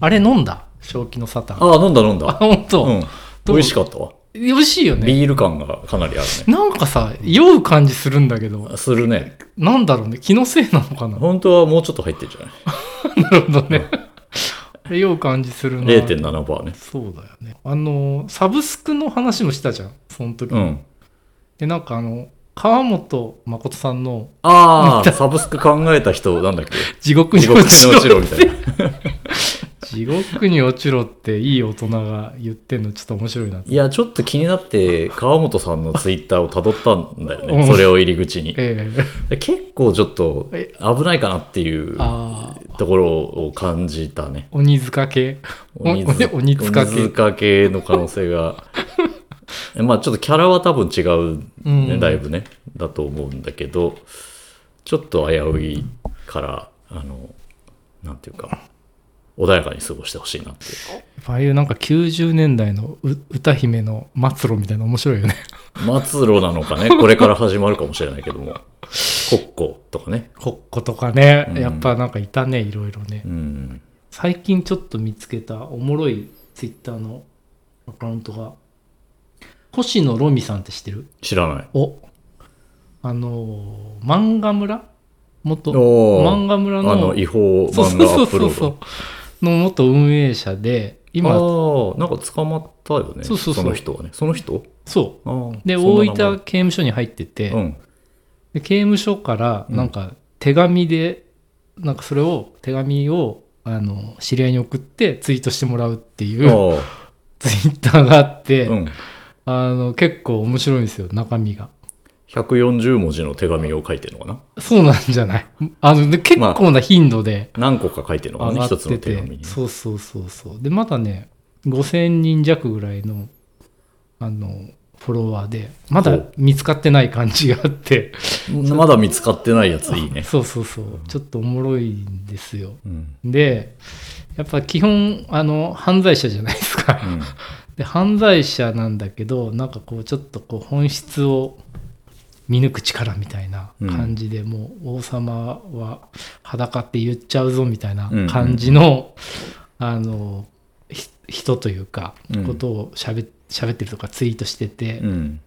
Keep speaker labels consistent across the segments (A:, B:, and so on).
A: あれ飲んだ正気のサタン。あ、
B: ああ、飲んだ飲んだ。
A: 本当。
B: うん。美味しかったわ。
A: 美味しいよね。
B: ビール感がかなりある
A: なんかさ、酔う感じするんだけど、
B: ね。するね。
A: なんだろうね。気のせいなのかな。
B: 本当はもうちょっと入ってるじゃ
A: な
B: ない
A: るほどね。酔う感じするな。
B: ?0.7 バーね。
A: そうだよね。あの、サブスクの話もしたじゃん。その時。
B: うん。
A: で、なんかあの、川本誠さんの
B: ああ、サブスク考えた人、なんだ っけ
A: 地獄に
B: 地獄
A: 落
B: に落
A: ち
B: ち
A: ろ。
B: ろみたいな。
A: 地獄に落ちろっていい大人が言ってんのちょっと面白いな。
B: いや、ちょっと気になって、川本さんのツイッターを辿ったんだよ
A: うん
B: ね。それを入り口に。
A: ええ
B: で結構ちょっと
A: え
B: 危ないかなっていう
A: ああ、
B: ところを感じたね。
A: 鬼塚系。お
B: 鬼 塚
A: 鬼塚系
B: 鬼塚系の可能性 が。まあちょっとキャラは多分違うね、
A: うん
B: だいぶね、だと思うんだけど、ちょっと危ういから、あの、なんていうか、穏やかに過ごしてほしいなって。
A: ああいうなんか90年代のう歌姫の末路みたいなの面白いよ ね。
B: 末路なの かね、これから始まるかもしれないけども、国庫とかね。
A: コッコとかね、
B: うん
A: やっぱなんかいたね、いろいろね。
B: うん。
A: 最近ちょっと見つけたおもろいツイッターのアカウントが、星野ロミさんって知ってる
B: 知らない。
A: おあのー漫画村元
B: おー
A: 漫画村の
B: あの、違法
A: そう
B: 漫
A: そう
B: 画ア
A: そう
B: ップ
A: そ
B: ロ
A: う
B: ード。
A: の元運営者で今
B: ああ、なんか捕まったよね。
A: そうそうそう
B: の人はね。その人
A: そ
B: あー
A: うで
B: そ
A: 大
B: んな名前
A: 分刑務所に入ってて、
B: うん。
A: で刑務所からなんか手紙で、なんかそれを手紙をあの知り合いに送ってツイートしてもらうっていう
B: あ
A: ツイッターがあって、
B: あ、うん。
A: あの結構面白いんですよ中身が
B: 140文字の手紙を書いてるのかな
A: そうなんじゃないあので結構な頻度で
B: 何個か書いてるのか
A: 上
B: な
A: がっ
B: 一つ
A: て
B: の
A: て
B: 手紙に。
A: そうそうそうそうでまだね5000人弱ぐらいのあのフォロワーでま
B: ほ
A: だ
B: う
A: 見つかってない感じがあって
B: まだ見つかってないやついいね。
A: そうそうそうちょっとおもろいんですよ
B: うん。
A: でやっぱ基本あの犯罪者じゃないです
B: う
A: か
B: ん
A: で犯罪者なんだけどなんかこうちょっとこう本質を見抜く力みたいな感じで、もう王様は裸って言っちゃうぞみたいな感じの、あのひ人というか、
B: うん
A: ことをしゃべってるとかツイートしてて、
B: うん。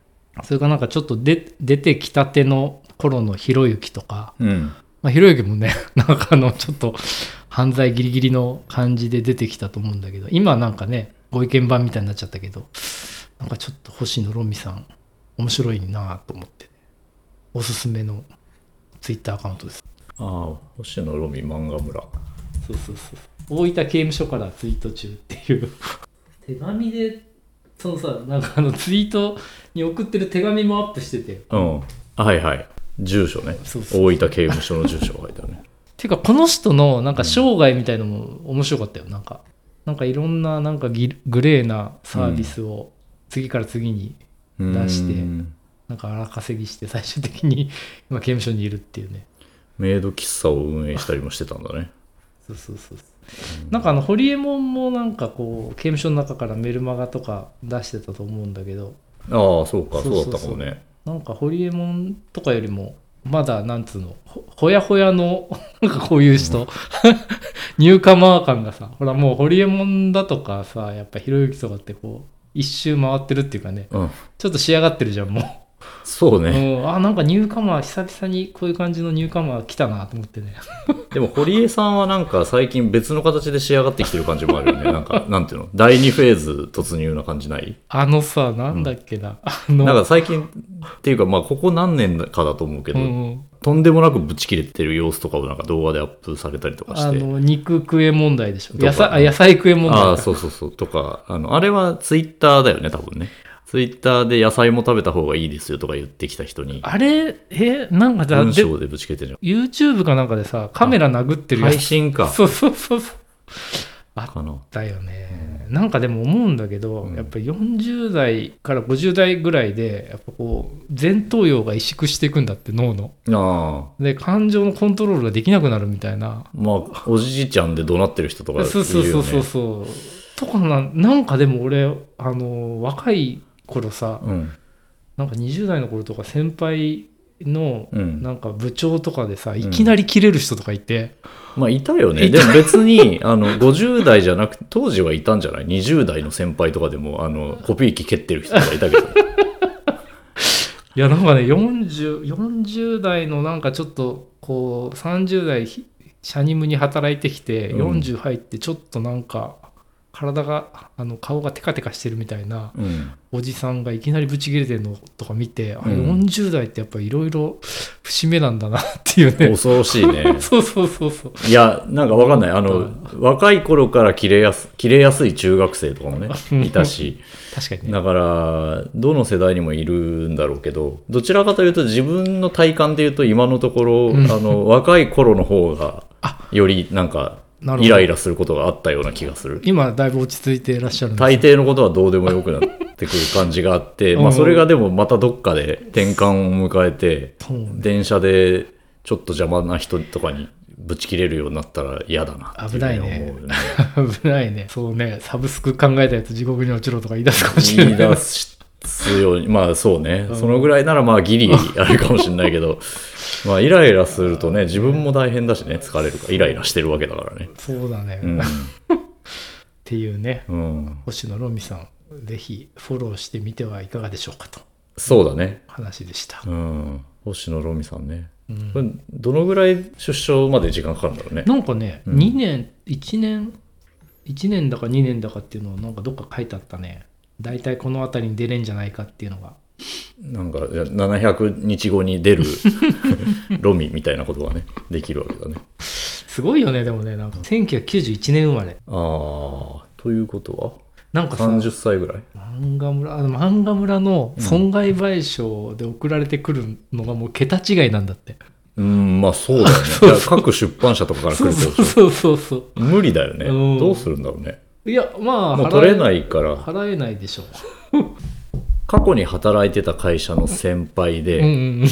A: それがなんかちょっとで出てきたての頃のひろゆきとか、
B: うん。
A: まあ、ひろゆきもね なんかあのちょっと犯罪ギリギリの感じで出てきたと思うんだけど今なんかねご意見版みたいになっちゃったけどなんかちょっと星野ロミさん面白いなと思っておすすめのツイッターアカウントです
B: ああ、星野ロミ漫画村。
A: そうそうそう大分刑務所からツイート中っていう手紙でそのさなんかあのツイートに送ってる手紙もアップしてて
B: うん。あはいはい。住所ね。
A: そうそう
B: 大分刑務所の住所が書いてあるね。
A: てかこの人のなんか生涯みたいのも面白かったよなんかなんかいろんななんかギグレーなサービスを次から次に 出して
B: うん
A: なんか荒稼ぎして最終的に 今刑務所にいるっていうね
B: メイド喫茶を運営したりもしてたんだね。
A: そうそうそうなんかあの堀エモ門もなんかこう刑務所の中からメルマガとか出してたと思うんだけど
B: ああ、そうか、
A: そ
B: そう
A: そう
B: う
A: そう
B: だったかもね。
A: なんか堀エモ門とかよりもまだなんつうのほほやほやの なんかこういう人、 ニューカマー感がさほらもう堀エモ門だとかさやっぱひろゆきとかってこう一周回ってるっていうかね
B: うん。
A: ちょっと仕上がってるじゃんも
B: そう
A: う、う
B: ね。
A: ん、あなんかニューカマー久々にこういう感じのニューカマー来たなと思ってね
B: でも堀江さんはなんか最近別の形で仕上がってきてる感じもあ るよね。なんか、なんていうの第2フェーズ突入な感じない
A: あのさなんだっけな、あの
B: なんか最近っていうかまあここ何年かだと思うけ
A: う
B: ど、
A: んうん
B: とんでもなくブチ切れてる様子とかをなんか動画でアップされたりとか
A: あ
B: して。
A: の肉食え問題でしょ
B: とか
A: 野菜あ野菜食え問題
B: ああ、そうそうそう。とか、あの、あれはツイッターだよね、多分ね。ツイッターで野菜も食べた方がいいですよとか言ってきた人に、
A: あれえなんかだ
B: 文
A: で
B: 章でぶち切れてるじ
A: YouTube かなんかでさカメラ殴って
B: ゃん。
A: るや
B: 配
A: つ
B: 信か。
A: そうそうそうそうあ
B: かな。
A: だよね、なんかでも思うんだけど、
B: うん
A: やっぱり40代から50代ぐらいでやっぱこう前頭葉が萎縮していくんだって脳の
B: ああ。
A: で感情のコントロールができなくなるみたいな、
B: まあ、おじいちゃんで怒鳴ってる人とかいるよ、
A: そう
B: ね。
A: そうそうそうそうとかななんかでも俺あの若い頃さ
B: うん。
A: なんか20代の頃とか先輩の
B: うん
A: なんか部長とかでさ、いきなり切れる人とかいて、
B: まあいたよね
A: い
B: で
A: た
B: も別にあの50代じゃなくて当時はいたんじゃない20代の先輩とかでもあのコピー機蹴ってる人がいたけ ど
A: いやなんかね 40, 40代のなんかちょっとこう30代ひシャニムに働いてきて、
B: うん
A: 40入ってちょっとなんか体があの顔がテカテカしてるみたいな
B: うん
A: おじさんがいきなりブチ切れてるのとか見て、あ
B: うん
A: 40代ってやっぱいろいろ節目なんだなっていう ね。
B: 恐ろしいね
A: そうそうそうそう。
B: いやなんかわかんないあの若い頃から切れやす切れやすい中学生とかも ねいたし
A: 確かにね。
B: だからどの世代にもいるんだろうけどどちらかというと自分の体感でいうと今のところ
A: ん
B: あの若い頃の方がよりなんか
A: なるほど
B: イライラすることがあったような気がする
A: 今だいぶ落ち着いていらっしゃるんです
B: 大抵のことはどうでもよくなってくる感じがあって、
A: うん
B: まあ、それがでもまたどっかで転換を迎えて
A: そうね
B: 電車でちょっと邪魔な人とかにぶち切れるようになったら嫌だなってうふうに思うよ
A: 危ないね危ないね。そうね。サブスク考えたやつ地獄に落ちろとか言い出すかもしれ
B: 言
A: ないいな。
B: 出すよう に、まあそうね、そのぐらいならまあギリあるかもしれないけど、 まあイライラするとね、自分も大変だしね、疲れるから、イライラしてるわけだからね。
A: そうだね、
B: う
A: っ
B: ん。
A: ていうね。
B: うん、
A: 星野ロミさん、ぜひフォローしてみてはいかがでしょうかと
B: そうだね。
A: 話でした。
B: うん。星野ロミさんね。
A: うん
B: これどのぐらい出生まで時間かかるんだろうね。
A: なんかね、
B: うん
A: 2年、1年、1年だか2年だかっていうのをなんかどっか書いてあったね。大体この辺りに出れんじゃないかっていうのが。
B: なんか、いや700日後に出るロミみたいなことがね、できるわけだね。
A: すごいよね、でもね、なんか1991年生まれ。
B: ああ、ということ
A: なん
B: は
A: かさ、
B: ?30 歳ぐらい
A: 漫画村、あの漫画村の損害賠償で送られてくるのがもう桁違いなんだって。
B: うん、まあそう だよね。いや各出版社とかから来
A: そう
B: るって
A: そ
B: こ
A: う
B: とでしょ
A: そうそうそう。
B: 無理だよね、
A: うん
B: どうするんだろうね
A: いや、まあ、
B: もう取れ
A: い。
B: ないから
A: 払えないでしょう。
B: 過去に働いてた会社の先輩で、
A: うんうんうん。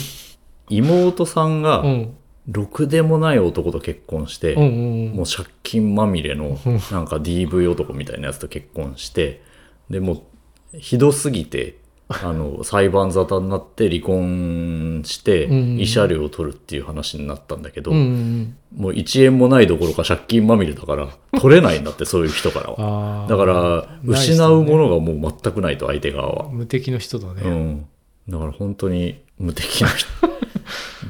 B: 妹さん
A: う
B: が
A: ん
B: ろくでもない男と結婚して、
A: うんうんう
B: も
A: ん。
B: う借金まみ れの
A: うん
B: なんか DV 男みたいなやつと結婚してでもうひどすぎてあ の裁判沙汰になって離婚して
A: うん
B: 慰謝料を取るっていう話になったんだけど、
A: うんうんうん。
B: もう1円もないどころか借金まみれだから取れないんだっ てそういう人からは。
A: ああ。
B: だから、
A: ないっすよね
B: 失うものがもう全くないと、相手側は。
A: 無敵の人だ
B: う
A: ね。
B: ん。だから本当に無敵な 人。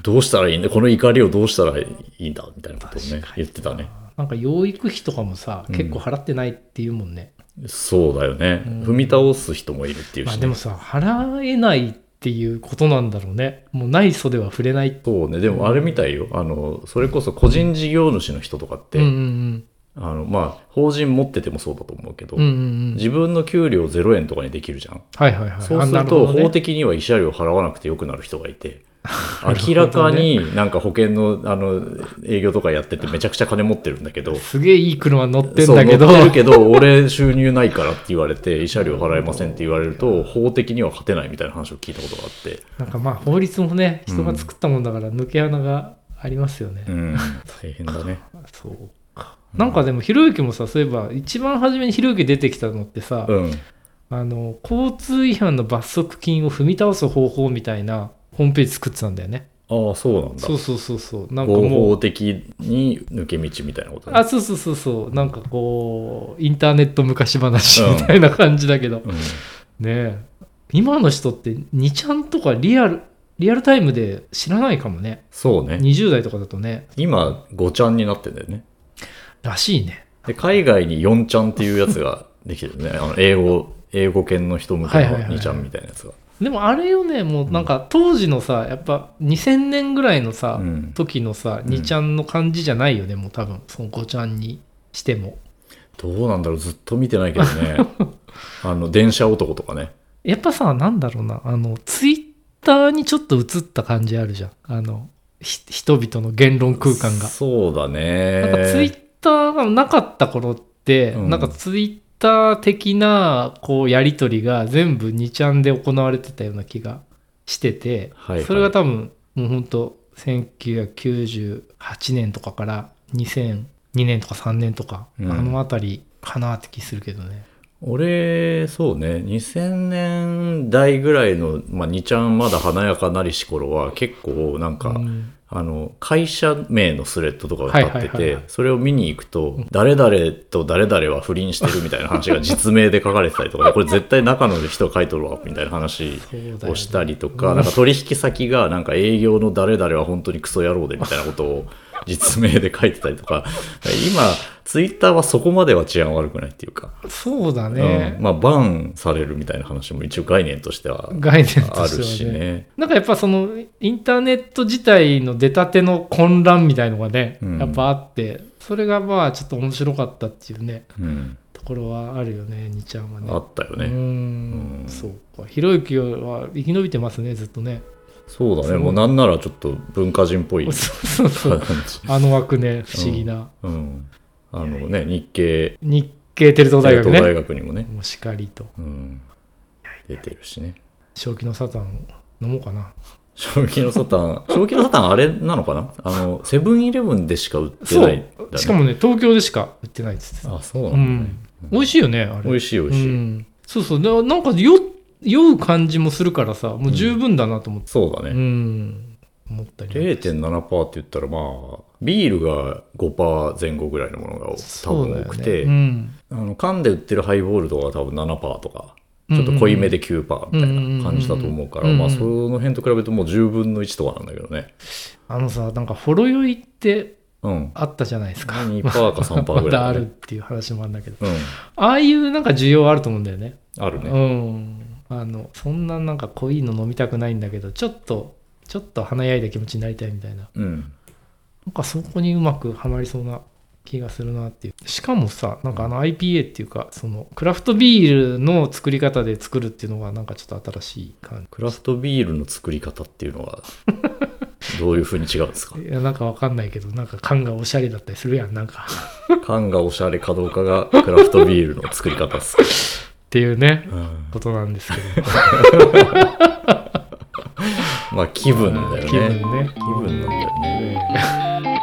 B: どうしたらいいんだこの怒りをどうしたらいいんだみたいなことをね、言ってたね。
A: なんか養育費とかもさ、結構払ってないっていうもんね。
B: そうだよね。踏み倒す人もいるっていう
A: まあ
B: し
A: で
B: ね。
A: もさ、払えないっていうことなんだろうね。もうない袖は触れない。
B: そうね。でもあれみたいよ。あの、それこそ個人事業主の人とかって、
A: うんうん
B: あの、まあ、法人持っててもそうだと思うけど、
A: うん。うんうんうん。
B: 自分の給料0円とかにできるじゃん。
A: はいはいはい。
B: そう
A: あ
B: す
A: な
B: る
A: ほ
B: と
A: どね
B: 法的には慰謝料を払わなくてよくなる人がい て、明らかになんか保険のあの営業とかやっててめちゃくちゃ金持ってるんだけど、
A: すげえいい車乗ってん
B: そう
A: だ
B: 乗
A: け
B: っ
A: ど。
B: てるけど、俺収入ないからって言われて、慰謝料払えませんって言われると、法的には勝てないみたいな話を聞いたことがあって、
A: なんかまあ法律もね、人が作ったもんだから抜け穴がありますよね。
B: うん、大変 だね。
A: そうか。なんかでもひろゆきもさ、そういえば一番初めにひろゆき出てきたのってさ、
B: うん、
A: あの、交通違反の罰則金を踏み倒す方法みたいなホームページ作ってたんだよね。
B: ああ、そうなんだ
A: そ。うそうそうそう。なんか
B: 合
A: もう
B: 法、的に抜け道みたいなことね
A: あ、。そうそうそうそう。なんかこう、インターネット昔話みたいな感じだけど。
B: うん
A: ねえ。今の人って2ちゃんとかリアル、リアルタイムで知らないかもね。
B: そうね。
A: 20代とかだとね。
B: 今、5ちゃんになってんだよね。
A: らしいね。
B: で海外に4ちゃんっていうやつができてるねあの英語英語圏の人向け
A: はい
B: の
A: はいはいはい
B: 2ちゃんみたいなやつが、
A: でもあれよねもうなんか当時のさやっぱ2000年ぐらいのさ、
B: うん
A: 時のさ
B: ん
A: 2ちゃんの感じじゃないよねもう多分その5ちゃんにしても
B: どうなんだろうずっと見てないけど ねあの電車男とかね
A: やっぱさなんだろうなあのツイッターにちょっと映った感じあるじゃんあのひ人々の言論空間が、
B: そうだね
A: なんかツイッターがなかった頃って、
B: うん
A: なんかツイッター的なこうやり取りが全部2ちゃんで行われてたような気がしてて、
B: はいはい
A: それが多分もうほんと1998年とかから2002年とか3年とか、
B: うん
A: あの辺りかなって気するけどね
B: 俺、そうね、2000年代ぐらいの、まあ、2ちゃんまだ華やかなりし頃は、結構なんか、
A: うん
B: あの会社名のスレッドとかが立って
A: はいはいはいは
B: て
A: い
B: それを見に行くと誰々と誰々は不倫してるみたいな話 が実名で書かれてたりとかこれ絶対中の人が書いとるわみたいな話
A: そうだよね
B: をしたりとかなんか取引先がなんか営業の誰々は本当にクソ野郎でみたいなことを実名で書いてたりとか今ツイッターはそこまでは治安悪くないっていうか、
A: そうだね
B: うん、まあバンされるみたいな話も一応概念としては
A: 概念
B: あ
A: とし
B: るして
A: はね
B: ね。
A: なんかやっぱそのインターネット自体の出たての混乱みたいのがね、
B: うん
A: やっぱあってそれがまあちょっと面白かったっていうね
B: うん、
A: ところはあるよねにちゃんはね
B: あったよ
A: う
B: ね。
A: ん
B: うん
A: そうかひろゆきは生き延びてますねずっとね
B: そうだ
A: そ
B: ね、
A: う
B: もうなんならちょっと文化人っぽい
A: そうそうそう
B: 感じ。
A: あの枠ね不思議な、
B: うん。あのね、日系
A: 日系テレ東大学
B: 帝都大
A: ね
B: 学にもね、
A: もうしかりと
B: うん、出てるしね。
A: 正気のサタン飲もうかな
B: 正気のサタン、 正気のサタンあれなのかなあの、セブンイレブンでしか売って
A: そ
B: ないん
A: う
B: だね、
A: しかもね東京でしか売ってないっつってた
B: あ、そうな
A: う
B: の、
A: ん美味しいよねあれ
B: 美味しい美味しい。
A: うん、そうそうななんか酔酔う感じもするからさもう十分だなと思って、
B: そうだ
A: う
B: ね。
A: ん思ったり
B: 0.7%って言ったらまあビールが5%前後ぐらいのものが多分多くて、あの缶で売ってるハイボールとかは多分7%とかちょっと濃いめで9%みたいな感じだと思うか
A: うん
B: ら、
A: うんうん
B: まあ、その辺と比べるともう10分の1とかなんだけどね。
A: あのさなんかほろ酔いって
B: うん。
A: あったじゃないですか
B: 2%か3%
A: ま
B: ぐ
A: だ
B: ら
A: あ
B: いだ
A: るっ
B: ね。
A: ていう話もあるんだけど
B: うん。
A: ああいうなんか需要あると思うんだよね
B: あるね。
A: うんあのそんななんか濃いの飲みたくないんだけどちょっとちょっと華やいだ気持ちになりたいみたいな
B: うん。
A: なんかそこにうまくはまりそうな気がするなっていうしかもさなんかあの IPA っていうかそのクラフトビールの作り方で作るっていうのがなんかちょっと新しい感
B: クラフトビールの作り方っていうのは、どういう風に違うんですか
A: じいやなんかわかんないけどなんか缶がおしゃれだったりするやんなんかっ
B: 缶がおしゃれかどうかがクラフトビールの作り方っすか。
A: ていうね
B: うん
A: ことなんですけど
B: まあ気分だよね。
A: 気分ね
B: 気分なんだよね。
A: えー